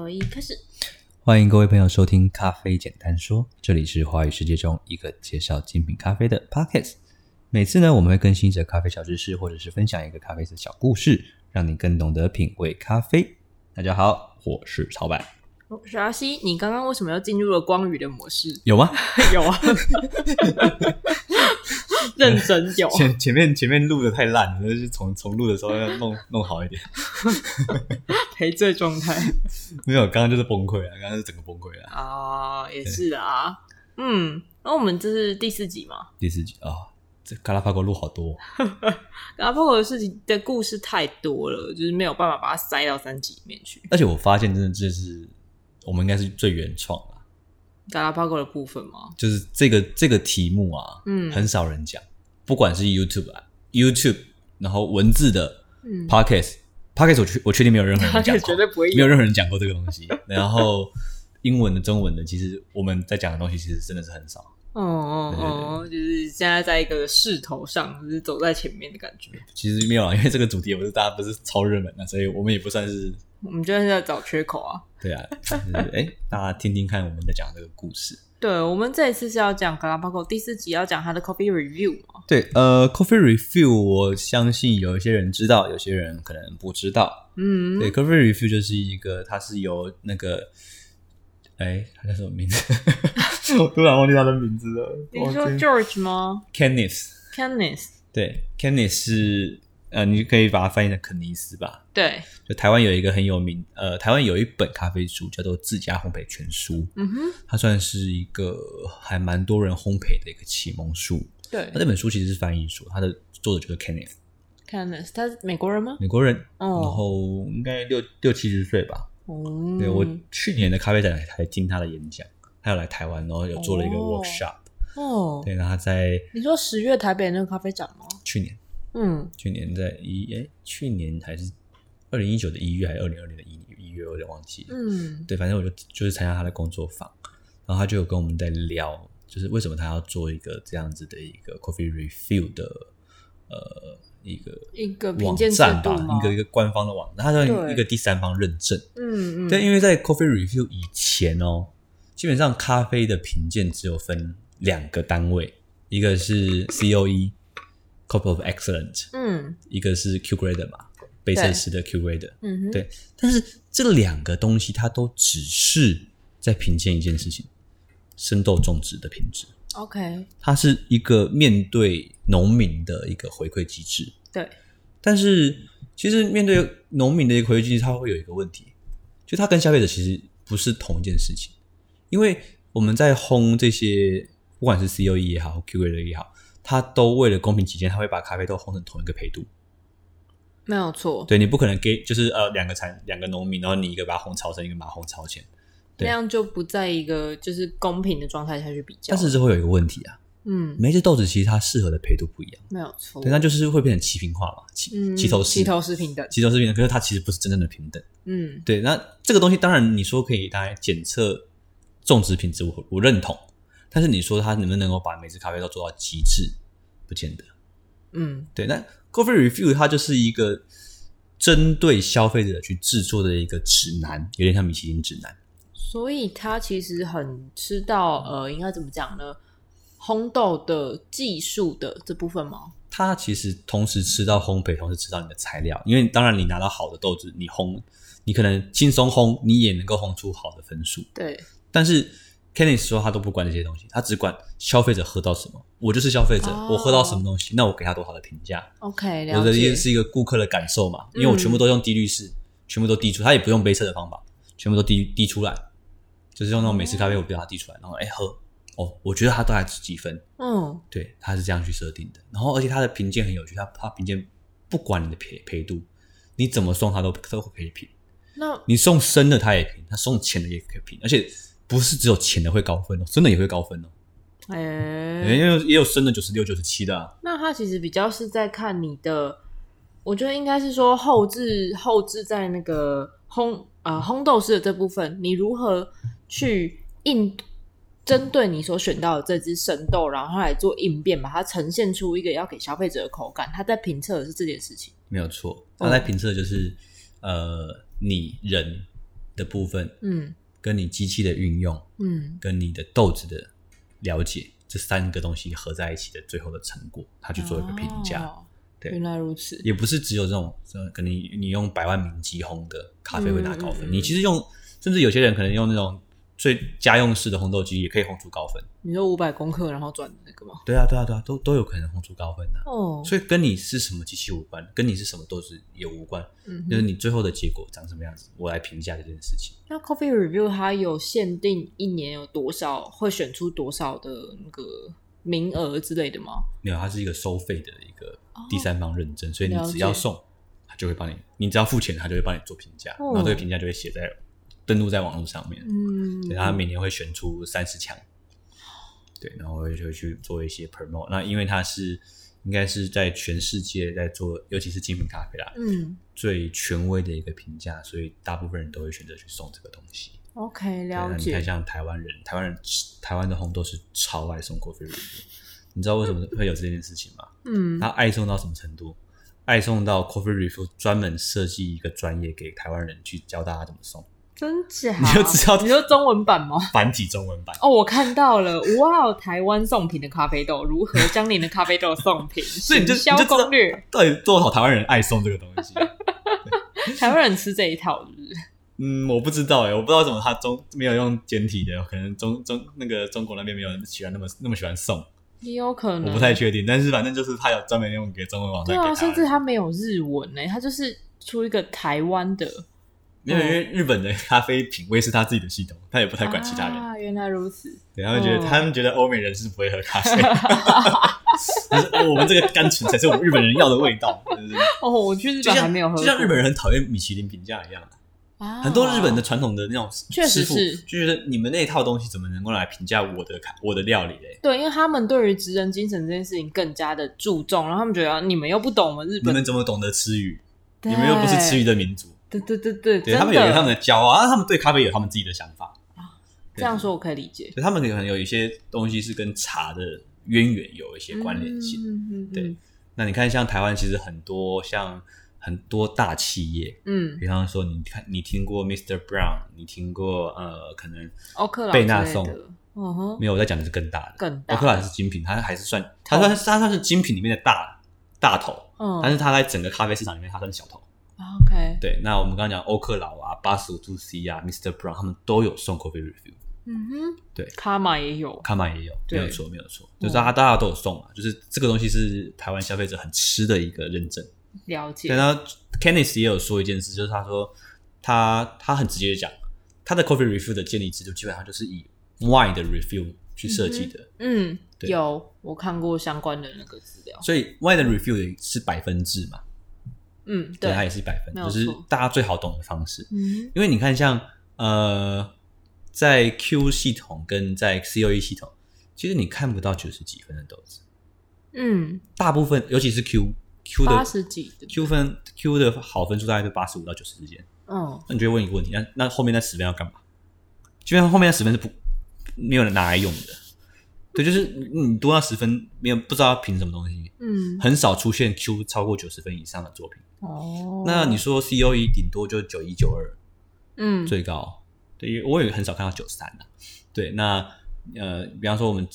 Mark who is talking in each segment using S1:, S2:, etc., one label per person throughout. S1: 有意开始。
S2: 欢迎各位朋友收听《咖啡简单说》，这里是华语世界中一个介绍精品咖啡的 Pockets。每次呢，我们会更新一则咖啡小知识，或者是分享一个咖啡的小故事，让你更懂得品味咖啡。大家好，我是曹板，
S1: 我是哦阿西，你刚刚为什么又进入了光宇的模式？
S2: 有吗？
S1: 有 啊，认真有。 啊
S2: 前前面前面录的太烂了，就是重重录的时候要弄弄好一点。
S1: 赔罪状态
S2: 没有，刚刚就是崩溃了，啊刚刚是整个崩溃了。
S1: 啊、也是啊，嗯，那我们这是第四集嘛？
S2: 第四集啊、这嘎拉帕狗录好多哦、
S1: 然后包括的事情的故事太多了，就是没有办法把它塞到三集里面去。
S2: 而且我发现真的就是我们应该是最原创了，
S1: 嘎拉巴狗的部分吗？
S2: 就是这个这个题目啊，
S1: 嗯
S2: 很少人讲，不管是 YouTube 啊，YouTube，然后文字的
S1: 嗯
S2: Podcast、Podcast，我确我确定没有任何人 讲过，
S1: 不会
S2: 没有任何人讲过这个东西。然后英文的、中文的，其实我们在讲的东西其实真的是很少。
S1: 哦哦哦，就是现在在一个势头上，就是走在前面的感觉。
S2: 其实没有啊，因为这个主题也不是大家不是超热门的、啊所以我们也不算是
S1: 我们就是在找缺口啊。
S2: 对啊。就是哎、大家听听看我们在讲这个故事。
S1: 对，我们这一次是要讲 Galapagos 第四集，要讲它的 coffee review 嘛。
S2: 对，呃，Coffee Review，我相信有一些人知道，有些人可能不知道。
S1: 嗯，
S2: 对，Coffee Review 就是一个，它是由那个，哎，他叫什么名字？ 我突然忘记他的名字了。
S1: 你说
S2: 忘记
S1: George 吗
S2: Kenneth，
S1: ？Kenneth，
S2: 对，Kenneth 是呃，你可以把它翻译成肯尼斯吧。
S1: 对，
S2: 就台湾有一个很有名，呃，台湾有一本咖啡书叫做《自家烘焙全书》，
S1: 嗯哼，
S2: 它算是一个还蛮多人烘焙的一个启蒙书。
S1: 对
S2: 那这本书其实是翻译书，它的作者就是 Kenneth，
S1: ，Kenneth，他是美国人吗？
S2: 美国人，然
S1: 哦，
S2: 后应该六六七十岁吧。
S1: 嗯
S2: 对我去年的咖啡展还听他的演讲，他有来台湾，然后有做了一个
S1: 哦
S2: workshop、
S1: 哦，
S2: 对，然后他在
S1: 你说十月台北那个咖啡展吗？
S2: 去年，
S1: 嗯，
S2: 去年在一哎，去年还是二零一九的一月，还是二零二零的一一月，我有点忘记了。
S1: 嗯，
S2: 对，反正我就就是参加他的工作坊，然后他就有跟我们在聊，就是为什么他要做一个这样子的一个 coffee review 的呃一个
S1: 一个评
S2: 网
S1: 鉴制
S2: 站
S1: 度
S2: 吧，
S1: 吗
S2: 一个一个官方的网站，它算
S1: 对
S2: 一个第三方认证。
S1: 嗯嗯，
S2: 对，，因为在 Coffee Review 以前哦，基本上咖啡的评鉴只有分两个单位，一个是 COE Cup of Excellent，
S1: 嗯
S2: 一个是 Q Grader 嘛，杯测师的 Q Grader。
S1: 嗯哼，
S2: 对但是这两个东西它都只是在评鉴一件事情，生豆种植的品质，
S1: ，OK，
S2: 它是一个面对农民的一个回馈机制。
S1: 对，
S2: 但是其实面对农民的一个回馈机制，它会有一个问题，就它跟消费者其实不是同一件事情，因为我们在烘这些，不管是 COE 也好，Q A 的也好，它都为了公平起见，它会把咖啡豆烘成同一个配度。
S1: 没有错，
S2: 对你不可能给就是呃两个产两个农民，然后你一个把它烘超生，一个把它烘超前，
S1: 那
S2: 对
S1: 样就不在一个就是公平的状态下去比较。
S2: 但是，这会有一个问题啊，
S1: 嗯，
S2: 每一只豆子其实它适合的配度不一样，
S1: 没有错，
S2: 对，那就是会变成齐平化嘛，齐
S1: 哦嗯，
S2: 齐头式，
S1: 齐头是平等，
S2: 齐头式平等，可是它其实不是真正的平等。
S1: 嗯，
S2: 对，那这个东西当然你说可以大家检测种植品质，我我认同，但是你说它能不能够把每只咖啡豆做到极致，不见得。
S1: 嗯，
S2: 对，那 Coffee Review 它就是一个针对消费者去制作的一个指南，有点像米其林指南。
S1: 所以他其实很知道，呃，应该怎么讲呢？烘豆的技术的这部分吗？
S2: 它其实同时吃到烘焙，同时吃到你的材料，因为当然你拿到好的豆子，你烘，你可能轻松烘，你也能够烘出好的分数。
S1: 对，
S2: 但是 Kenneth 说他都不管这些东西，他只管消费者喝到什么。我就是消费者，
S1: 哦
S2: 我喝到什么东西，那我给他多少的评价。
S1: OK，
S2: 我
S1: 了
S2: 的意
S1: 解嗯
S2: 思。是一个顾客的感受嘛，因为我全部都用滴滤式，全部都滴出，他也不用杯测的方法，全部都滴滴出来，就是用那种美式咖啡，我给他滴出来，然后哎喝，哦，我觉得他大概是几分，
S1: 嗯，
S2: 对，他是这样去设定的。然后而且他的评鉴很有趣，他他评鉴不管你的陪陪度，你怎么送他都都可以评。
S1: 那
S2: 你送深的他也评，他送浅的也可以评，而且不是只有浅的会高分哦，深的也会高分哦，
S1: 诶、
S2: 也有也有深的九十六、九十七的、啊，
S1: 那他其实比较是在看你的，我觉得应该是说后置后置在那个烘呃烘豆师的这部分，你如何去应针对你所选到的这只生豆，然后来做应变，把它呈现出一个要给消费者的口感。他在评测的是这件事情。
S2: 没有错。他在评测就是、呃，你人的部分，
S1: 哦嗯
S2: 跟你机器的运用，
S1: 嗯
S2: 跟你的豆子的了解，这三个东西合在一起的最后的成果，他去做一个评价。
S1: 哦
S2: 对
S1: 原来如此，
S2: 也不是只有这种，这种可能你你用百万名级烘的咖啡会拿高分，
S1: 嗯嗯嗯
S2: 你其实用，甚至有些人可能用那种最家用式的烘豆机也可以烘出高分。
S1: 你说五百公克然后转那个吗？
S2: 对啊，对啊，对啊，都都有可能烘出高分的、
S1: 哦，
S2: 所以跟你是什么机器无关，跟你是什么豆子也无关，
S1: 嗯
S2: 就是
S1: 哼，
S2: 你最后的结果长什么样子，我来评价这件事情。
S1: 那 Coffee Review 它有限定一年有多少会选出多少的那个名额之类的吗？
S2: 没有，它是一个收费的一个
S1: 哦
S2: 第三方认证，所以你
S1: 了解
S2: 只要送，它就会帮你，你只要付钱，它就会帮你做评价，
S1: 哦
S2: 然后这个评价就会写在登录在网络上面。
S1: 嗯，
S2: 对，他每年会选出三十强，对，然后会就会去做一些 promote。那因为它是应该是在全世界在做，尤其是精品咖啡啦，
S1: 嗯
S2: 最权威的一个评价，所以大部分人都会选择去送这个东西。
S1: ，OK，
S2: 对那
S1: 了
S2: 你看，
S1: 解。
S2: 像台湾人，台湾人台湾的红豆是超爱送 coffee review，你知道为什么会有这件事情吗？
S1: 嗯
S2: 他，爱送到什么程度？爱送到 coffee review 专门设计一个专业给台湾人去教大家怎么送
S1: 真假？
S2: 你就知道
S1: 你说中文版吗？
S2: 繁体中文版。
S1: 哦，我看到了，哇哦！台湾送品的咖啡豆如何将您的咖啡豆送品？
S2: 所以你就
S1: 行销攻略，
S2: 到底多少台湾人爱送这个东西？啊
S1: 台湾人吃这一套是不是？
S2: 嗯，我不知道哎、我不知道为什么他中没有用简体的，可能中中那个中国那边没有人喜欢那么那么喜欢送，
S1: 也有可能，
S2: 我不太确定。但是反正就是他有专门用给中文网
S1: 嗯对
S2: 站给
S1: 啊，
S2: 他，
S1: 甚至他没有日文呢、他就是出一个台湾的，
S2: 没有，因为日本的咖啡品味是他自己的系统，他也不太管其他人。
S1: 啊，原来如此，
S2: 对，他们觉得、
S1: 哦
S2: 他们觉得欧美人是不会喝 咖啡，但是哦我们这个甘醇才是我们日本人要的味 道，就是
S1: 哦，我去日
S2: 就
S1: 本还
S2: 像
S1: 没有喝过，
S2: 就像日本人很讨厌米其林评价一样。
S1: 啊
S2: 很多日本的传统的那种
S1: 确实
S2: 师傅
S1: 是
S2: 就觉得你们那一套东西怎么能够来评价我的卡我的料理嘞？
S1: 对，因为他们对于职人精神这件事情更加的注重，然后他们觉得你们又不懂我们日
S2: 你
S1: 本，
S2: 们怎么懂得吃鱼？
S1: 对
S2: 你们又不是吃鱼，的民族，
S1: 对对对对，
S2: 对
S1: 真
S2: 他们有
S1: 的
S2: 他们的骄傲，啊他们对咖啡有他们自己的想法。
S1: 这样说我可以理解
S2: 对，他们可能有一些东西是跟茶的渊源有一些关联性。
S1: 嗯嗯嗯嗯
S2: 对那你看，像台湾其实很多像很多大企业，
S1: 嗯，
S2: 比方说你看你听过 Mr. Brown，你听过呃，可能
S1: 奥克朗
S2: 贝纳
S1: 之类
S2: 颂
S1: 的，嗯哼，
S2: 没有我在讲的是更大的，
S1: 更哦
S2: 奥
S1: 大，
S2: 克兰是精品，它还是算，它算它算是精品里面的大大头，
S1: 嗯，
S2: 但是它在整个咖啡市场里面，它算是小头。
S1: OK，
S2: 对，那我们刚刚讲欧克劳啊、八十五度 C 啊、Mr. Brown 他们都有送 coffee review，
S1: 嗯哼，
S2: 对
S1: 卡玛也有，
S2: 卡玛也有，没
S1: 对嗯
S2: 有错，没有错，就是大家大家都有送嘛，就是这个东西是台湾消费者很吃的一个认证。
S1: 了解
S2: 对，，啊然后 Kenneth 也有说一件事，就是他说他他很直接地讲，他的 coffee review 的建立制度基本上就是以 wine 的 review 去设计的，
S1: 嗯，
S2: 对
S1: 有，我看过相关的那个资料，
S2: 所以 wine 的 review 是百分制嘛。
S1: 嗯，
S2: 对，
S1: 对，
S2: 它也是百分，
S1: 没有
S2: 就是
S1: 错
S2: 大家最好懂的方式。
S1: 嗯
S2: 因为你看像，呃，在 Q 系统跟在 COE 系统，其实你看不到九十几分的豆子，
S1: 嗯，
S2: 大部分尤其是 Q Q 的
S1: 八十几的，
S2: Q 分 Q 的好分数大概在八十五到九十之间。
S1: 嗯，
S2: 那你就会问一个问题，那那后面那十分要干嘛？基本上后面那十分是不没有人拿来用的，对，就是你你多那十分没有不知道要评什么东西，
S1: 嗯，
S2: 很少出现 Q 超过九十分以上的作品。
S1: 哦，
S2: 那你说 COE 顶多就九一九二
S1: 嗯，
S2: 最高，对，因为我也很少看到九三的。对，那呃，比方说我们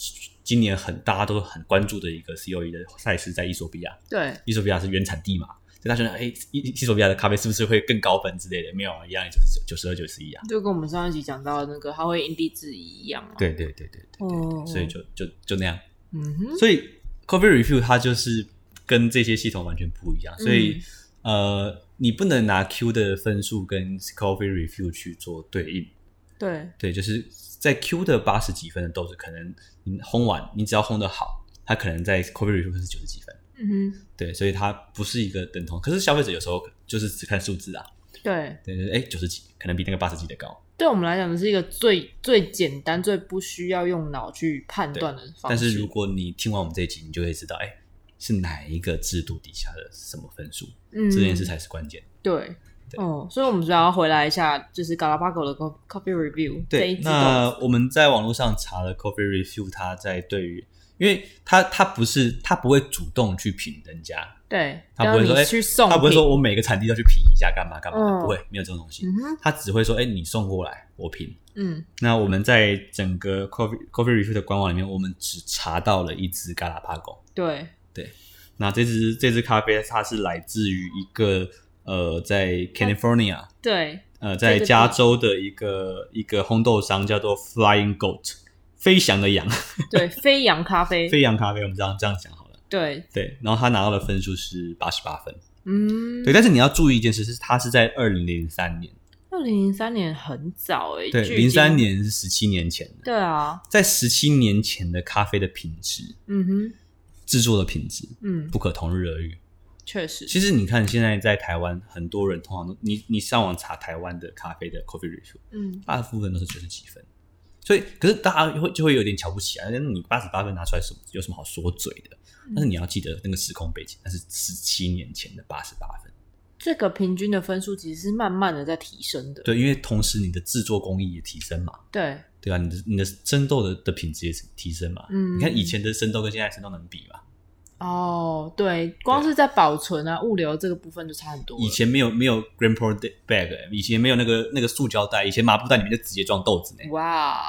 S2: 今年很大家都很关注的一个 COE 的赛事在伊索比亚，
S1: 对，
S2: 伊索比亚是原产地嘛，所以大家觉得哎，伊伊索比亚的咖啡是不是会更高分之类的？没有啊，一样就是九十二、九十一啊。
S1: 就跟我们上一集讲到的那个他会因地制宜一样嘛，啊
S2: 对对对对对对，
S1: 哦，
S2: 所以就就就那样。
S1: 嗯哼，
S2: 所以 Coffee Review 它就是跟这些系统完全不一样，所以、
S1: 嗯
S2: 呃，你不能拿 Q 的分数跟 Coffee Review 去做对应。
S1: 对，
S2: 对，就是在 Q 的八十几分的豆子，可能你烘完，你只要烘得好，它可能在 Coffee Review 是九十几分。
S1: 嗯哼，
S2: 对，所以它不是一个等同。可是消费者有时候就是只看数字啊，
S1: 对，
S2: 对对，哎，九十几可能比那个八十几的高，
S1: 对我们来讲，这是一个最最简单、最不需要用脑去判断的方式。
S2: 但是如果你听完我们这一集，你就会知道，哎，是哪一个制度底下的什么分数，
S1: 嗯
S2: 这件事才是关键。
S1: 对，
S2: 对
S1: 哦，所以我们主要回来一下，就是嘎拉巴狗的 co- coffee review 这一
S2: 对，
S1: 支豆
S2: 那我们在网络上查了 Coffee Review，它在对于因因为他他不是他不会主动去评人家，
S1: 对，
S2: 他
S1: 然
S2: 不
S1: 后
S2: 会说
S1: 你
S2: 哎
S1: 去送，
S2: 他不会说，我每个产地要去评一下干嘛干嘛的，
S1: 嗯
S2: 不会没有这种东西，
S1: 嗯哼，
S2: 他只会说哎、你送过来我评。
S1: 嗯，
S2: 那我们在整个 Coffee Coffee Review 的官网里面，我们只查到了一只嘎拉帕狗。
S1: 对，
S2: 那这支这支咖啡，它是来自于一个呃，在 California，
S1: 对，
S2: 呃，在加州的一个一个烘豆商叫做 Flying Goat，飞翔的羊，
S1: 对，飞扬咖啡，
S2: 飞扬咖啡，我们这样这样讲好了。
S1: 对，
S2: 对，然后他拿到的分数是八十八分。
S1: 嗯，
S2: 对，但是你要注意一件事是，他是在二零零三年，
S1: 二零零三年很早哎、欸，
S2: 对，
S1: 距
S2: 零三
S1: 今，
S2: 年是十七年前的，
S1: 对啊，
S2: 在十七年前的咖啡的品质、
S1: 嗯哼，
S2: 制作的品质
S1: 嗯，
S2: 不可同日而语。
S1: 确实，
S2: 其实你看，现在在台湾，很多人通常都你你上网查台湾的咖啡的 coffee ratio，
S1: 嗯，
S2: 大部分都是九十几分，所以可是大家会就会有点瞧不起啊。那你八十八分拿出来什么有什么好说嘴的？但是你要记得那个时空背景，那是十七年前的八十八分。
S1: 这个平均的分数其实是慢慢的在提升的，
S2: 对，因为同时你的制作工艺也提升嘛，
S1: 对，
S2: 对吧、你的你的生豆的的品质也提升嘛。
S1: 嗯
S2: 你看以前的生豆跟现在的生豆能比吗？
S1: 哦，对，光是在保存啊、物流这个部分就差很多了。
S2: 以前没有没有 grand pro bag，欸、以前没有那个那个塑胶袋，以前麻布袋里面就直接装豆子呢。
S1: 哇，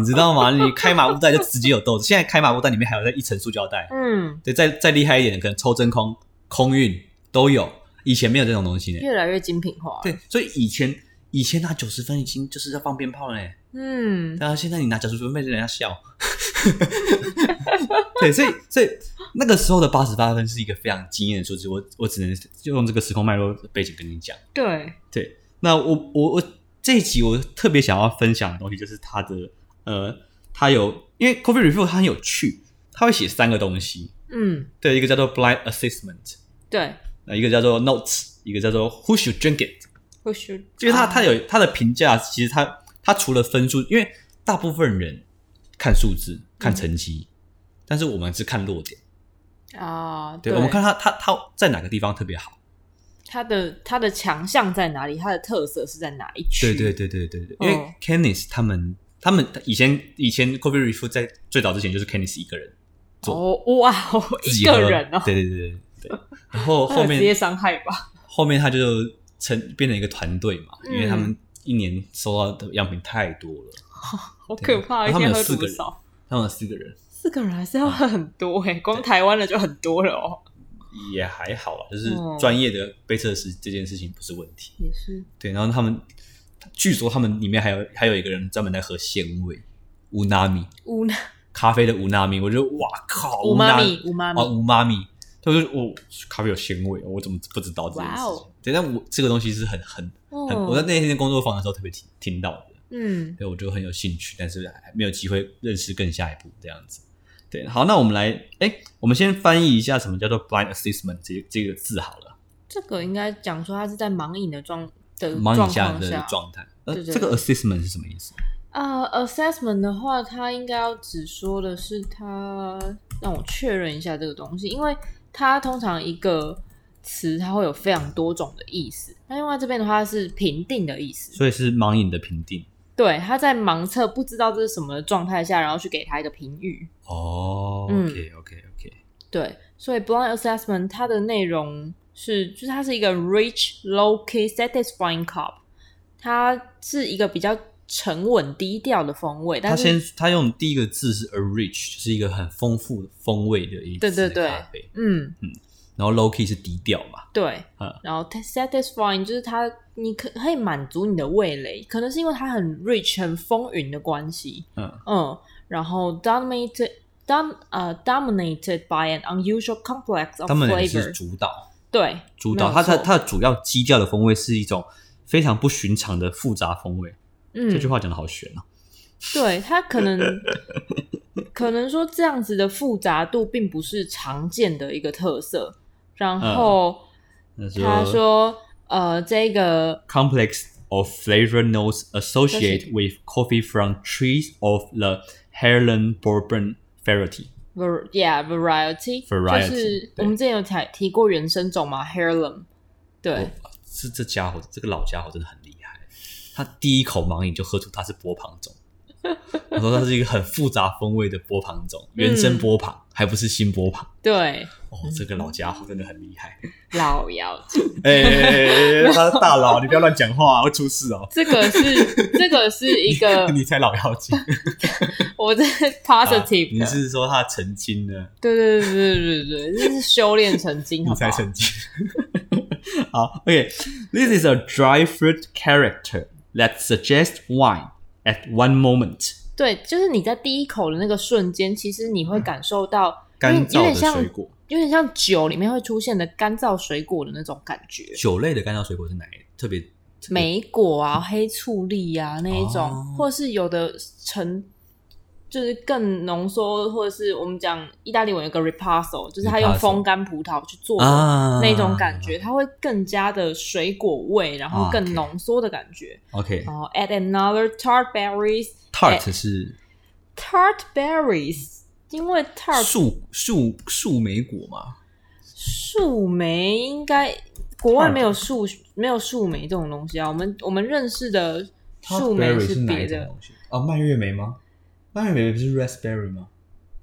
S2: 你知道吗？你开马布袋就直接有豆子，现在开马布袋里面还有在一层塑胶袋。
S1: 嗯，
S2: 对，再再厉害一点的，可能抽真空、空运都有。以前没有这种东西呢。
S1: 越来越精品化。，
S2: 对，所以以前以前拿九十分已经就是要放鞭炮了呢。
S1: 嗯，
S2: 但是现在你拿九十分被人家笑。 对，所以所以那个时候的八十八分是一个非常惊艳的数字。我我只能用这个时空脉络的背景跟你讲。
S1: 对，
S2: 对，那我我我这一集我特别想要分享的东西就是它的呃，它有因为 Coffee Review 它很有趣，它会写三个东西，
S1: 嗯，
S2: 对，一个叫做 Blind Assessment，
S1: 对
S2: 那一个叫做 Notes，一个叫做 Who Should Drink It，
S1: 或许
S2: 就是它它有它的评价，其实它它除了分数，因为大部分人看数字看成绩，
S1: 嗯
S2: 但是我们是看落点，
S1: 啊，
S2: 对，我们看它它它在哪个地方特别好。
S1: 它的它的强项在哪里，它的特色是在哪一区？
S2: 对对对对对对，
S1: 嗯
S2: 因为 Kenneth 他们他们以前以前 Kobe r e f 在最早之前就是 Kenneth 一个人
S1: 哦，哇，
S2: 自
S1: 一
S2: 己喝
S1: 个人哦，
S2: 对对对对对。然后
S1: 那
S2: 后
S1: 有职业
S2: 面
S1: 伤害吧？
S2: 后面他就成变成一个团队嘛，因
S1: 嗯
S2: 为他们一年收到的样品太多了，
S1: 好可怕，
S2: 对
S1: 一
S2: 他
S1: 天
S2: 们有
S1: 喝
S2: 四
S1: 多
S2: 个人啊
S1: 少？
S2: 他们有四个人
S1: 四个人还是要喝很多哎，光台湾的就很多了哦。
S2: 也还好啦，就是
S1: 嗯
S2: 专业的杯测师这件事情不是问题。
S1: 也是，
S2: 对，然后他们据说他们里面还有还有一个人专门在喝鲜味乌纳米
S1: 乌娜
S2: 咖啡的乌纳米，我觉得哇靠，
S1: 乌
S2: 纳
S1: 妈咪，乌妈咪
S2: 哦，，无妈咪，他就我咖啡有鲜味，我怎么不知道这件事情
S1: 哇哦
S2: 对，但我这个东西是很很很，我在
S1: 哦，
S2: 那天工作坊的时候特别听听到的，
S1: 嗯，
S2: 对我就很有兴趣，但是还没有机会认识更下一步这样子。对，好，那我们来，哎、我们先翻译一下什么叫做 blind assessment 这这个字好了，
S1: 这个应该讲说他是在盲饮的状的
S2: 盲
S1: 状
S2: 一下
S1: 况
S2: 的
S1: 下。
S2: 状态。呃，
S1: 对对
S2: 这个 assessment 是什么意思？
S1: 啊、a s s e s s m e n t 的话，它应该要只说的是它，让我确认一下这个东西，因为它通常一个词它会有非常多种的意思。那另外这边的话是评定的意思，
S2: 所以是盲饮的评定。
S1: 对，他在盲测不知道这是什么的状态下，然后去给他一个评语。
S2: 哦、
S1: 嗯
S2: o k OK OK，
S1: 对，所以 blind assessment 它的内容是，就是它是一个 rich, low key, satisfying cup，它是一个比较沉稳低调的风味，
S2: 他
S1: 但是
S2: 先他用第一个字是 a rich，就是一个很丰富风味的一
S1: 对对
S2: 支
S1: 对
S2: 咖啡。
S1: 嗯。
S2: 然后 low key 是低调嘛，
S1: 对
S2: 嗯，
S1: 然后它 satisfying 就是它，你可可以满足你的味蕾，可能是因为它很 rich 很风云的关系，
S2: 嗯
S1: 嗯，然后 dominated dom 呃 dominated by an unusual complex of
S2: 他们也是
S1: 哦 flavor，
S2: 主导，
S1: 对，
S2: 主
S1: 没
S2: 导，
S1: 有
S2: 它它
S1: 错
S2: 它的主要基调的风味是一种非常不寻常的复杂风味。
S1: 嗯，
S2: 这句话讲的好悬哦、
S1: 对它可 能可能说这样子的复杂度并不是常见的一个特色，然
S2: 嗯
S1: 后
S2: 那是
S1: 他说呃这个
S2: complex of flavor notes associated with coffee from trees of the Harlan Bourbon variety。
S1: var yeah variety，,
S2: Variety，
S1: 就是我
S2: 对
S1: 们之前有提提过原生种嘛，Harlem，对，
S2: 哇是这家伙，这个老家伙真的很厉害，他第一口盲饮就喝出他是波旁种。我说它是一个很复杂风味的波旁种，原
S1: 嗯
S2: 生波旁、还不是新波旁。
S1: 对，
S2: 哦，这个老家伙真的很厉 害。
S1: 老妖精，
S2: 哎、哎哎哎他是大佬，你不要乱讲话，会出事哦。
S1: 这个 是这个是一个，
S2: 你才老妖精
S1: 我这是 positive
S2: 你
S1: 的，
S2: 是说他成精呢？
S1: 对对对对对对，这是修炼成精，好不
S2: 你才
S1: 好？
S2: 成精。好，OK，this、is a dry fruit character that suggests wine at one moment。
S1: 对，就是你在第一口的那个瞬间，其实你会感受到有
S2: 嗯
S1: 点
S2: 干
S1: 有
S2: 燥
S1: 点
S2: 的水
S1: 像
S2: 果，
S1: 有点像酒里面会出现的干燥水果的那种感觉，
S2: 酒类的干燥水果是哪一特别？特别
S1: 莓果啊、黑醋栗啊那一种，
S2: 哦
S1: 或是有的成就是更浓缩，或者是我们讲意大利文有个 ripasso，就是它用
S2: Ripasso
S1: 风干葡萄去做的
S2: 啊
S1: 那种感觉，。它会更加的水果味，然后
S2: 啊
S1: 更
S2: OK
S1: 浓缩的感觉。
S2: OK，tart、
S1: 然后 add another tart berries
S2: Tart 是
S1: tart berries，因为 tart
S2: 树树树莓果嘛？
S1: 树莓应该国外
S2: Tart
S1: 没有树没有树莓这种东西啊，我们我们认识的树莓
S2: Tart berry 哪
S1: 别
S2: 一种
S1: 的。
S2: 东西？哦，蔓越莓吗？蔓越莓不是 raspberry 吗？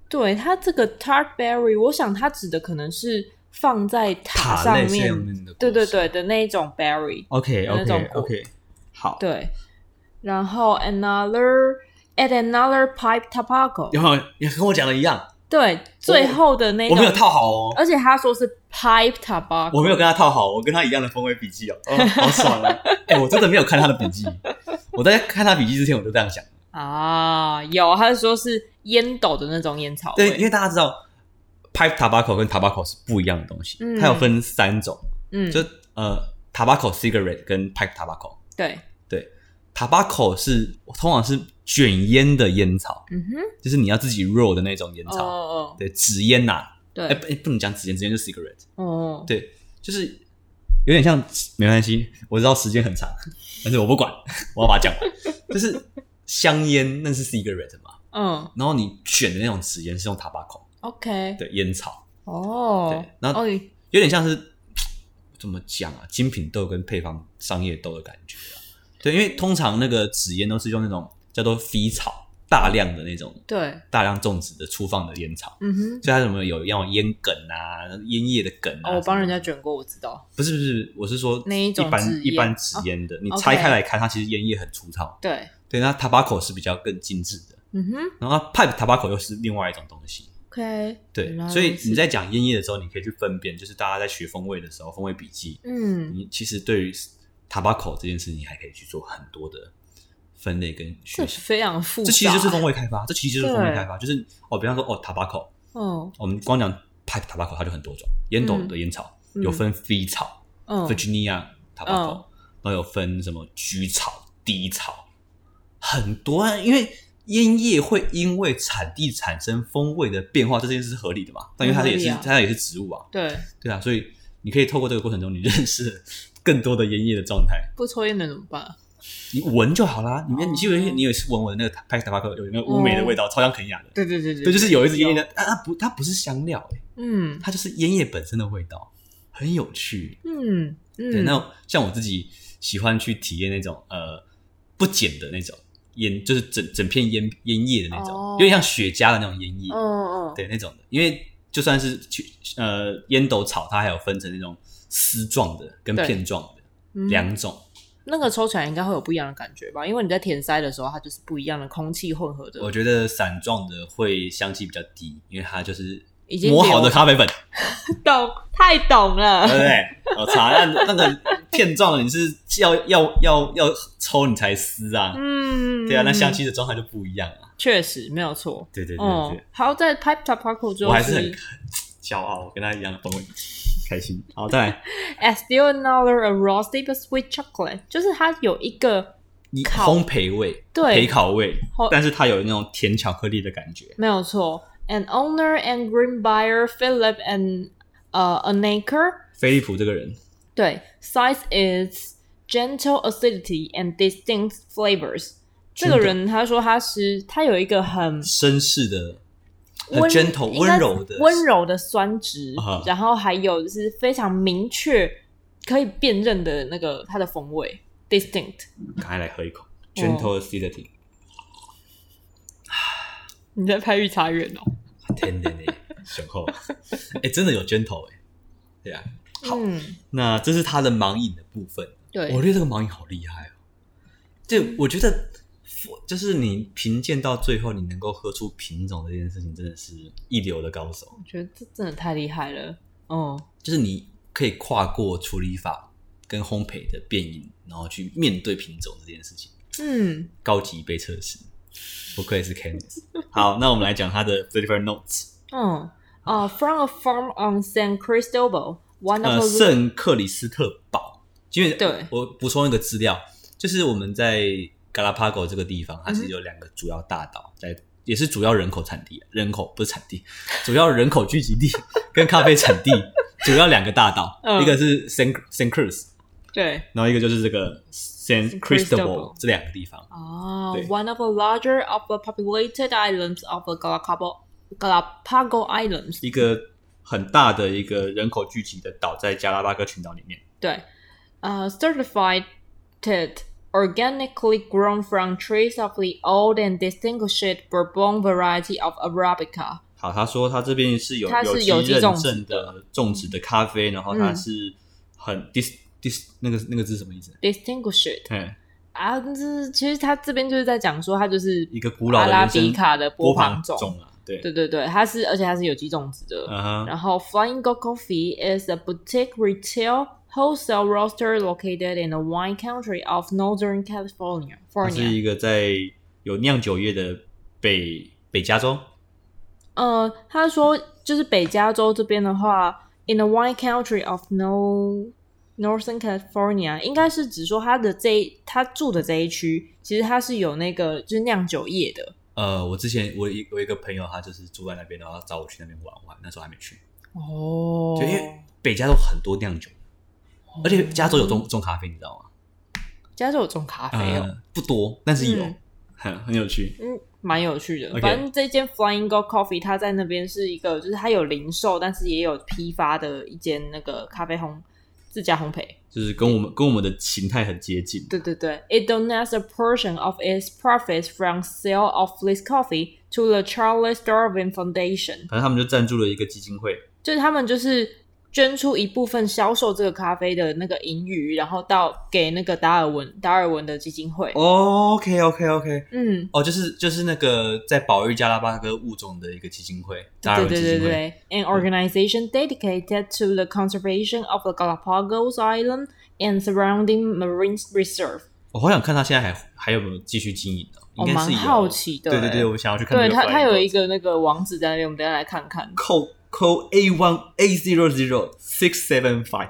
S1: 对它这个 tart berry，我想它指的可能是放在塔上
S2: 类是
S1: 面，
S2: 用那个果
S1: 对对
S2: 实。
S1: 对的那一种 berry。
S2: OK
S1: 那种
S2: OK
S1: 果
S2: OK，好。
S1: 对，然后 another at another pipe tobacco，
S2: 然后也跟我讲的一样，
S1: 对，最后的那
S2: 我
S1: 种
S2: 没有套好哦，
S1: 而且他说是 pipe tobacco，
S2: 我没有跟他套好，我跟他一样的风味 笔记哦，哦好爽啊！哎，我真的没有看他的笔记，我在看他笔记之前我就这样想。
S1: 啊，有，他是说是烟斗的那种烟草
S2: 对，因
S1: 味，
S2: 为大家知道，pipe tobacco 跟 tobacco 是不一样的东西，
S1: 嗯
S2: 它有分三种，
S1: 嗯，
S2: 就呃 tobacco cigarette 跟 pipe tobacco。
S1: 对，
S2: tobacco 是通常是卷烟的烟草，
S1: 嗯哼，
S2: 就是你要自己 roll 的那种烟
S1: 哦
S2: 草，
S1: 哦，
S2: 对，纸烟呐、
S1: 对
S2: 哎、，不哎不能讲纸烟，纸烟就是 cigarette，
S1: 哦，
S2: 对，就是有点像，没关系，我知道时间很长，但是我不管， 我要把它讲完，就是香烟那是 cigarette 嘛，
S1: 嗯
S2: 然后你卷的那种纸烟是用 tobacco，
S1: ，OK，
S2: 对，烟草。
S1: 哦
S2: 对，然后
S1: 哦，
S2: 有点像是怎么讲啊，精品豆跟配方商业豆的感觉啊。对，因为通常那个纸烟都是用那种叫做飞草，大量的那种
S1: 对，
S2: 大量种植的粗放的烟草，
S1: 嗯哼。
S2: 所以它什么有要烟梗啊、烟叶的梗啊。
S1: 哦，我帮
S2: 什么
S1: 人
S2: 的
S1: 家，卷过，我知道。
S2: 不是不是，我是说
S1: 那一种纸
S2: 般
S1: 烟哦
S2: 一般纸烟的，你拆
S1: OK
S2: 开来看，它其实烟叶很粗糙。
S1: 对，
S2: 对，那 tobacco 是比较更精致的，
S1: 嗯哼
S2: 然后它 pipe tobacco 又是另外一种东西。
S1: ，OK，
S2: 对
S1: 原来，
S2: 所以
S1: 如此
S2: 你在讲烟叶的时候，你可以去分辨，就是大家在学风味的时候，风味笔记，
S1: 嗯，
S2: 你其实对于 tobacco 这件事情，还可以去做很多的分类跟
S1: 这
S2: 学习。
S1: 非常复杂。
S2: 这其实就是风味开发，这其实就是风味开发，就是哦，比方说哦，tobacco，
S1: 哦，
S2: 我们光讲 pipe tobacco 它就很多种，烟斗的烟草、
S1: 嗯
S2: 有分飞草、
S1: 嗯
S2: Virginia tobacco，、
S1: 嗯
S2: 然后有分什么菊草、低草，很多啊，因为。烟叶会因为产地产生风味的变化，这件事是合理的嘛？但因为它也是、
S1: 合理啊
S2: 它也是植物啊，
S1: 对，
S2: 对啊，所以你可以透过这个过程中，你认识了更多的烟叶的状态，
S1: 不抽烟的怎么办？
S2: 你闻就好啦。你
S1: 哦
S2: 你记不记得你有一次闻我的那个 p a c t a b a c 有那个乌梅的味道，超像肯亚的。
S1: 对对对对
S2: 对，就是有一支烟叶
S1: 的。
S2: 的，啊，它不，它不是香料、欸，
S1: 嗯
S2: 它就是烟叶本身的味道，很有趣。
S1: 嗯
S2: 对，
S1: 嗯，
S2: 那像我自己喜欢去体验那种呃不碱的那种烟，就是整整片烟烟叶的那种，
S1: 哦
S2: 有点像雪茄的那种烟叶。
S1: 嗯嗯，
S2: 对那种的，因为就算是去呃烟斗草，它还有分成那种丝状的跟
S1: 对
S2: 片状的
S1: 嗯
S2: 两种。
S1: 那个抽起来应该会有不一样的感觉吧？因为你在填塞的时候，它就是不一样的空气混合的。
S2: 我觉得散状的会香气比较低，因为它就是
S1: 已经
S2: 磨好的
S1: 流
S2: 咖啡 粉，
S1: 懂，太懂了
S2: 对不。对？我擦，那那个片状的你是要要要要抽你才撕啊，
S1: 嗯，
S2: 对啊，那香气的状态就不一样啊。
S1: 确实没有错。
S2: 对对对
S1: 哦
S2: 对，，
S1: 好，在 Pipe Top Park 之
S2: 我
S1: 后
S2: 还是很骄傲，我跟他一样的风味，开心。好，再来
S1: a still another a roasted sweet chocolate，就是它有一个
S2: 一
S1: 烤
S2: 烘焙味，
S1: 对
S2: 焙烤味
S1: 烘，
S2: 但是它有那种甜巧克力的感觉。
S1: 没有错，an owner and green buyer Philip and 呃、an acre，
S2: 菲利普这个人，
S1: 对，size is gentle acidity and distinct flavors。这个人他说他是他有一个很
S2: 绅士的、很
S1: 温
S2: gentle、
S1: 应该
S2: 温
S1: 是
S2: 柔的、
S1: 温柔的酸值
S2: 啊，
S1: 然后还有就是非常明确可以辨认的那个它的风味 distinct。
S2: 赶快来喝一口。Gentle acidity，
S1: 你在拍御茶园哦。
S2: 天天的雄 厚，哎、真的有尖头哎、对啊，好
S1: 嗯，
S2: 那这是他的盲饮的部分，
S1: 对，
S2: 我觉得这个盲饮好厉害哦，这我觉得就是你评鉴到最后，你能够喝出品种这件事情，真的是一流的高手，
S1: 我觉得这真的太厉害了。哦，
S2: 就是你可以跨过处理法跟烘焙的变饮，然后去面对品种这件事情，
S1: 嗯，
S2: 高级被测试，不愧是 Candice。好，那我们来讲他的 flavor notes。
S1: 嗯，啊、f r o m a farm on San Cristobal, one
S2: 呃
S1: of
S2: 圣克里斯特堡，因为
S1: 对
S2: 我补充一个资料，就是我们在 Galapagos 这个地方，它
S1: 嗯
S2: 是有两个主要大岛，在也是主要人口产地，人口不是产地，主要人口聚集地跟咖啡产 地，主要两个大岛，
S1: 嗯
S2: 一个是 San San Cruz，
S1: 对
S2: 然后一个就是这个 San
S1: Cristobal
S2: Cristobal 这两个地方。
S1: 啊、
S2: 对
S1: o n e of the larger of the populated islands of the Galapagos Galapagos Islands。
S2: 一个很大的一个人口聚集的岛，在加拉巴哥群岛里面。
S1: 对，呃、c e r t i f i e d organically grown from trees of the old and distinguished Bourbon variety of Arabica。
S2: 好，他说他这边是有
S1: 它是有
S2: 有
S1: 机
S2: 机认
S1: 种植
S2: 证的种植的咖啡，然后它
S1: 嗯
S2: 是很 dis dis 那个那个字是什么意思？
S1: distinguished
S2: 嗯，
S1: 啊，就是其实他这边就是在讲说，它就是
S2: 一个古老
S1: 阿
S2: 的
S1: 拉
S2: 原生
S1: 比卡的
S2: 波
S1: 波旁种，
S2: 种啊，对，
S1: 对对对，它是而且它是有机种植的，
S2: 嗯哼，
S1: 然后 Flying Goat Coffee is a boutique retail wholesale roaster located in the wine country of Northern California.
S2: 它是
S1: California.
S2: 一个在有酿酒业的北北加州，
S1: 呃，他说就是北加州这边的话，in the wine country of No Northern California，应该是指说他的这一他住的这一区，其实它是有那个就是酿酒业的。
S2: 呃，我之前我一我有一个朋友，他就是住在那边，然后他找我去那边玩玩，那时候还没去，
S1: 哦
S2: 就因为北加州很多酿酒，而且加州有种种咖啡，你知道吗？
S1: 加州有种咖啡哦，
S2: 呃，不多，但是有
S1: 嗯，
S2: 很很有趣。
S1: 嗯，蛮有趣的。
S2: OK
S1: 反正这间 Flying Goat Coffee 它在那边是一个，就是它有零售，但是也有批发的一间那个咖啡烘自家烘焙。
S2: 就是跟我们跟我们的形态很接近，
S1: 对对对，It donates a portion of its profits from sale of this coffee to the Charles Darwin Foundation，
S2: 反正他们就赞助了一个基金会，
S1: 就是他们就是。捐出一部分销售这个咖啡的那个盈余，然后到给那个达尔文达尔文的基金会。
S2: 哦，OK OK OK，
S1: 嗯，
S2: 哦，就是就是那个在保育加拉巴哥物种的一个基金会，达
S1: 对
S2: 尔文
S1: 对
S2: 基
S1: 对
S2: 金会，
S1: 对，an organization dedicated to the conservation of the Galapagos Island and surrounding marine reserve。
S2: 我好想看他现在还还有没有继续经营呢？
S1: 我
S2: 应该
S1: 蛮
S2: 是有
S1: 好奇的
S2: 对对
S1: 欸
S2: 对，我想要去看
S1: 对
S2: 那个 flag
S1: 它，
S2: boat。。
S1: 它有一个那个网址在那边，我们等一下来看看
S2: 扣扣 A one A zero zero six seven five，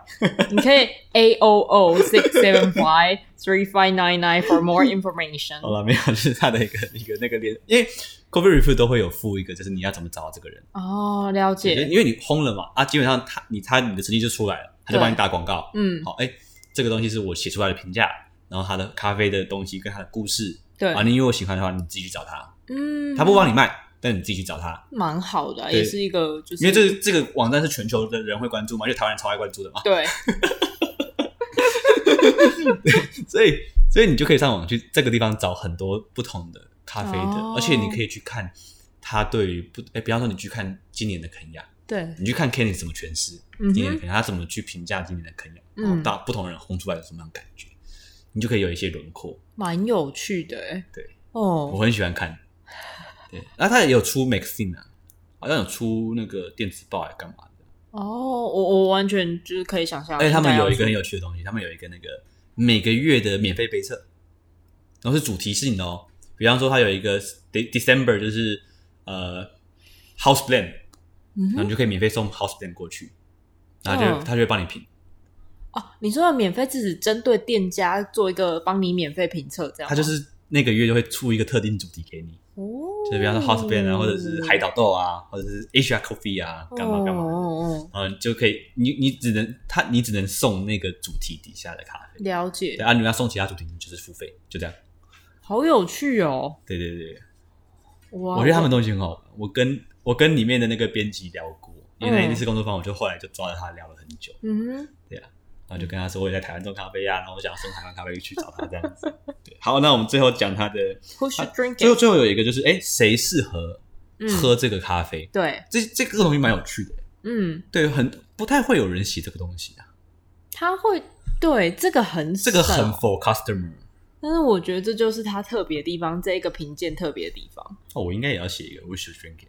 S1: 你可以 a o o six seven five three five nine nine for more
S2: 好
S1: information。
S2: 了，没有，就是他的一个一个那个链，因为 Coffee Review 都会有附一个，就是你要怎么找到这个人，
S1: 哦，了
S2: 就是
S1: 解。
S2: 因为呃你轰了嘛，啊，基本上他你他你的成绩就出来了，他就帮
S1: 对
S2: 你打广告，
S1: 嗯，
S2: 好，哎、这个东西是我写出来的评价，然后他的咖啡的东西跟他的故事
S1: 对
S2: 啊，，你如果喜欢的话，你自己去找他，
S1: 嗯，
S2: 他不帮你卖，但你自己去找他，
S1: 蛮好的啊，
S2: 对
S1: 也是一个就是
S2: 因为这这个网站是全球的人会关注嘛，因为台湾人超爱关注的嘛，
S1: 对
S2: 所以所以你就可以上网去这个地方找很多不同的咖啡的，
S1: 哦
S2: 而且你可以去看他对于不，哎、比方说你去看今年的肯亚，
S1: 对，
S2: 你去看 Kenny 怎么诠释
S1: 嗯
S2: 今年的
S1: 哼，
S2: 肯亚，他怎么去评价今年的肯亚，
S1: 嗯
S2: 然后大不同人烘出来有什么样的感觉，你就可以有一些轮廓。
S1: 蛮有趣的欸。
S2: 对
S1: 哦，
S2: 我很喜欢看。对，然后他也有出 magazine 啊，好像有出那个电子报还干嘛的。
S1: 哦，我我完全就是可以想象。
S2: 而且他们
S1: 啊应该要
S2: 有一个很有趣的东西，他们有一个那个每个月的免费杯测，然后是主题性的哦。比方说，他有一个 De- December 就是呃 House Blend，
S1: 嗯
S2: 然后
S1: 哼
S2: 你就可以免费送 House Blend 过去，然后他就、
S1: 嗯
S2: 他就会帮你评，
S1: 哦，你说的免费是指针对店家做一个帮你免费评测这样吗？
S2: 他就是那个月就会出一个特定主题给你，
S1: 哦，
S2: 就是比方说 House Blend 啊，或者是海岛豆啊，或者是 Asia Coffee 啊，干嘛干嘛的。
S1: 哦哦哦，
S2: 嗯，就可以，你你只能他，你只能送那个主题底下的咖啡。
S1: 了
S2: 对
S1: 解，
S2: 啊，你们要送其他主题，你就是付费，就这样。
S1: 好有趣哦！
S2: 对对对，
S1: 哇，
S2: 我觉得他们东西很好玩。我跟我跟里面的那个编辑聊过，因为
S1: 嗯
S2: 那一次工作坊，我就后来就抓着他聊了很久，
S1: 嗯哼，
S2: 然后就跟他说我也在台湾种咖啡啊，然后我想送台湾咖啡去找他这 样子。对，好，那我们最后讲他的，
S1: ，push
S2: 最后
S1: 啊 drinking，
S2: 最后有一个就是，哎，谁适合
S1: 嗯
S2: 喝这个咖啡，
S1: 对，
S2: 这这个东西蛮有趣的，
S1: 嗯，
S2: 对，很不太会有人写这个东西啊，
S1: 他会对这个很
S2: 这个很
S1: 少
S2: for customer。
S1: 但是我觉得这就是它特别的地方，这一个评鉴特别的地方。
S2: 哦，我应该也要写一个 wish drinking，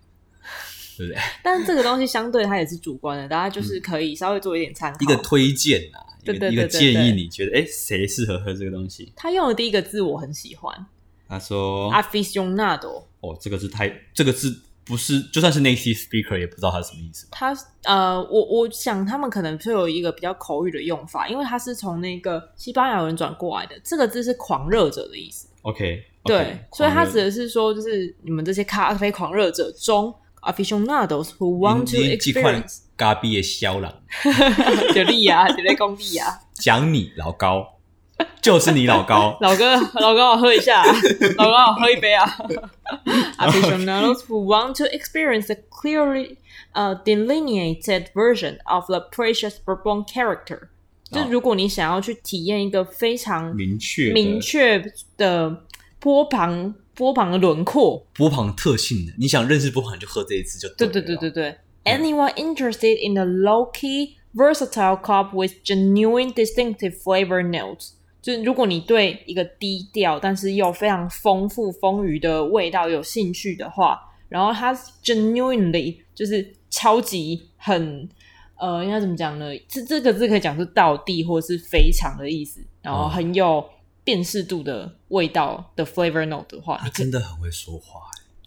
S2: 对不对？
S1: 但是这个东西相对它也是主观的，大家就是可以稍微做一点参考。
S2: 一个推荐啊，一
S1: 对
S2: 个
S1: 对
S2: 一个
S1: 对对
S2: 建议，
S1: 对
S2: 你觉得哎，谁适合喝这个东西？
S1: 他用的第一个字我很喜欢啊
S2: 他说，
S1: ，aficionado。
S2: 哦，这个字太，这个字不是，就算是 native speaker 也不知道它是什么意思吧？
S1: 他呃，我我想他们可能会有一个比较口语的用法，因为它是从那个西班牙文转过来的。这个字是狂热者的意思，
S2: OK，
S1: 对，所以他指的是说，就是你们这些咖啡狂热者中，aficionados who want to
S2: 几款
S1: experience，
S2: 咖啡的肖郎，
S1: 就力啊， 就在工地啊。，
S2: 讲你老高，就是你老高
S1: 老哥，老哥，我喝一下、啊老哥，我喝一 杯啊。Aficionados who want to experience a clearly uh, delineated version of the precious Bourbon character，、
S2: 哦
S1: 就如果你想要去体验一个非常
S2: 明确的
S1: 明确的波旁波旁的轮廓，
S2: 波旁特性的，你想认识波旁就喝这一次就
S1: 对
S2: 了
S1: 对对对对。Anyone interested in a low-key versatile cup with genuine distinctive flavor notes，就是如果你对一个低调但是又非常丰富丰腴的味道有兴趣的话，然后它 genuinely 就是超级很呃，应该怎么讲呢？这这个字可以讲是到地或是非常的意思，然后
S2: 嗯
S1: 很有辨识度的味道的 flavor note 的话，
S2: 他
S1: 你可以
S2: 啊真的很会说话，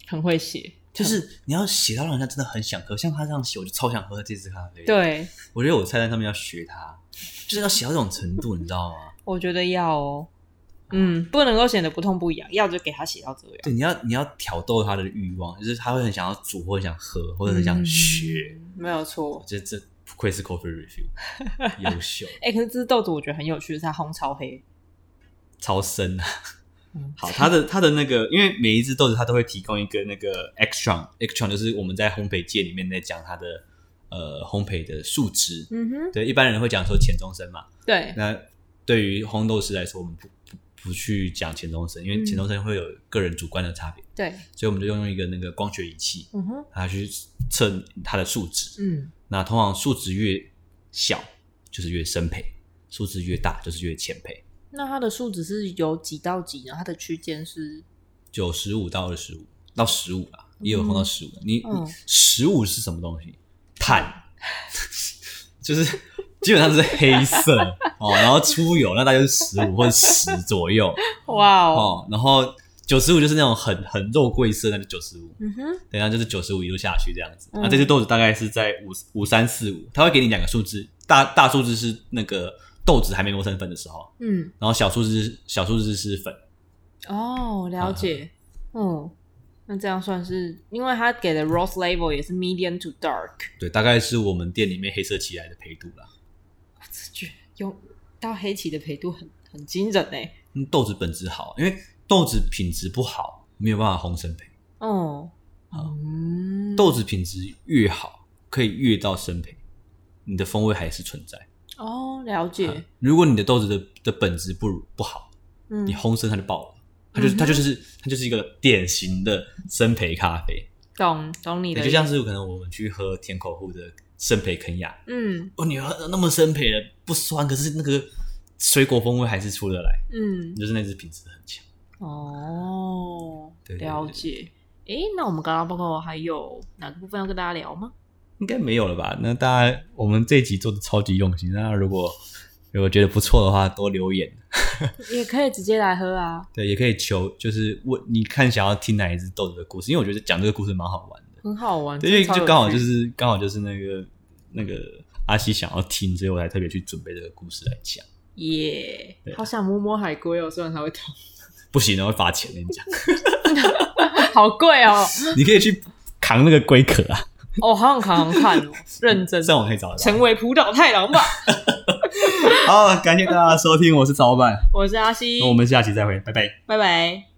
S1: 很会写，
S2: 就是你要写到让人家真的很想喝，像他这样写，我就超想喝这支咖啡。，
S1: 对，
S2: 我觉得我菜单上面要学他，就是要写到这种程度，你知 道吗？
S1: 我觉得要哦，嗯，不能够显得不痛不痒，要就给他写到这样。
S2: 对，你要你要挑逗他的欲望，就是他会很想要煮，或者想喝，或者很想学。
S1: 嗯没有错。
S2: 这这不愧是 Coffee Review，优秀，
S1: 哎、可是这只豆子我觉得很有趣，是它烘超黑。
S2: 超深啊！
S1: 嗯
S2: 好，它的它的那个，因为每一只豆子它都会提供一个那个 extra，extra 就是我们在烘焙界里面在讲它的呃烘焙的数值。
S1: 嗯哼，
S2: 对，一般人会讲说前中生嘛，
S1: 对，
S2: 那对于烘豆师来说，我们不不不去讲前中生，因为
S1: 嗯
S2: 前中生会有个人主观的差别，
S1: 对，
S2: 所以我们就用一个那个光学仪器，
S1: 嗯哼，
S2: 它去称它的数值。
S1: 嗯
S2: 那通常数值越小就是越深焙，数值越大就是越浅焙，
S1: 那它的数值是由几到几呢？它的区间是
S2: 九十五到二十五到十五啦，也有烘到十五、的。你
S1: 嗯
S2: 十五、15是什么东西？碳， 就是基本上是黑色哦，然后出油那大概是十五或者十左右。
S1: 哇哦，
S2: 哦，然后九十五就是那种很很肉桂色，那就九十五，
S1: 嗯哼，
S2: 等一下就是九十五一路下去这样子。那、啊
S1: 嗯
S2: 这只豆子大概是在五五三四五，它会给你两个数字，大大数字是那个豆子还没磨成粉的时候，
S1: 嗯，
S2: 然后小数字是小数字是粉，
S1: 哦，了解，嗯，那这样算是，因为它给的 rose level 也是 medium to dark，
S2: 对，大概是我们店里面黑色起来的陪度啦。
S1: 这觉有到黑棋的陪度很很惊人哎、
S2: 嗯豆子本质好，因为豆子品质不好，没有办法烘生焙。
S1: 哦，嗯，
S2: 豆子品质越好，可以越到生焙，你的风味还是存在。
S1: 哦，了解，
S2: 如果你的豆子的的本质不不好，
S1: 嗯
S2: 你烘生它就爆了，它就是、它就是它就是一个典型的生焙咖啡，
S1: 懂懂你的
S2: 也
S1: 意
S2: 就
S1: 思，
S2: 像是可能我们去喝田口户的生焙肯亚，
S1: 嗯
S2: 哦，你喝得那么生焙了不酸，可是那个水果风味还是出得来，
S1: 嗯，
S2: 就是那只品质很强。
S1: 哦，
S2: 对对对
S1: 了解。诶，那我们刚刚报告还有哪个部分要跟大家聊吗？
S2: 应该没有了吧？那大家我们这一集做的超级用心，那如果如果觉得不错的话，多留言，
S1: 也可以直接来喝啊，
S2: 对，也可以求，就是问你看想要听哪一只豆子的故事，因为我觉得讲这个故事蛮好玩的。
S1: 很好玩，
S2: 对，
S1: 真的
S2: 就
S1: 超
S2: 就
S1: 有
S2: 刚好就
S1: 趣
S2: 是刚好就是那个那个阿西想要听，所以我才特别去准备这个故事来讲。
S1: 耶
S2: 对啊
S1: 好想摸摸海龟哦，虽然它会痛，
S2: 不行，会罚钱。跟你讲，
S1: 好贵哦，
S2: 你可以去扛那个龟壳啊，
S1: 哦，好想扛扛看哦，认真
S2: 上网可以找得到。
S1: 成为浦岛太郎吧。
S2: 好，感谢大家的收听，我是曹老板，
S1: 我是阿西
S2: 那，我们下期再会，拜拜。
S1: 拜拜。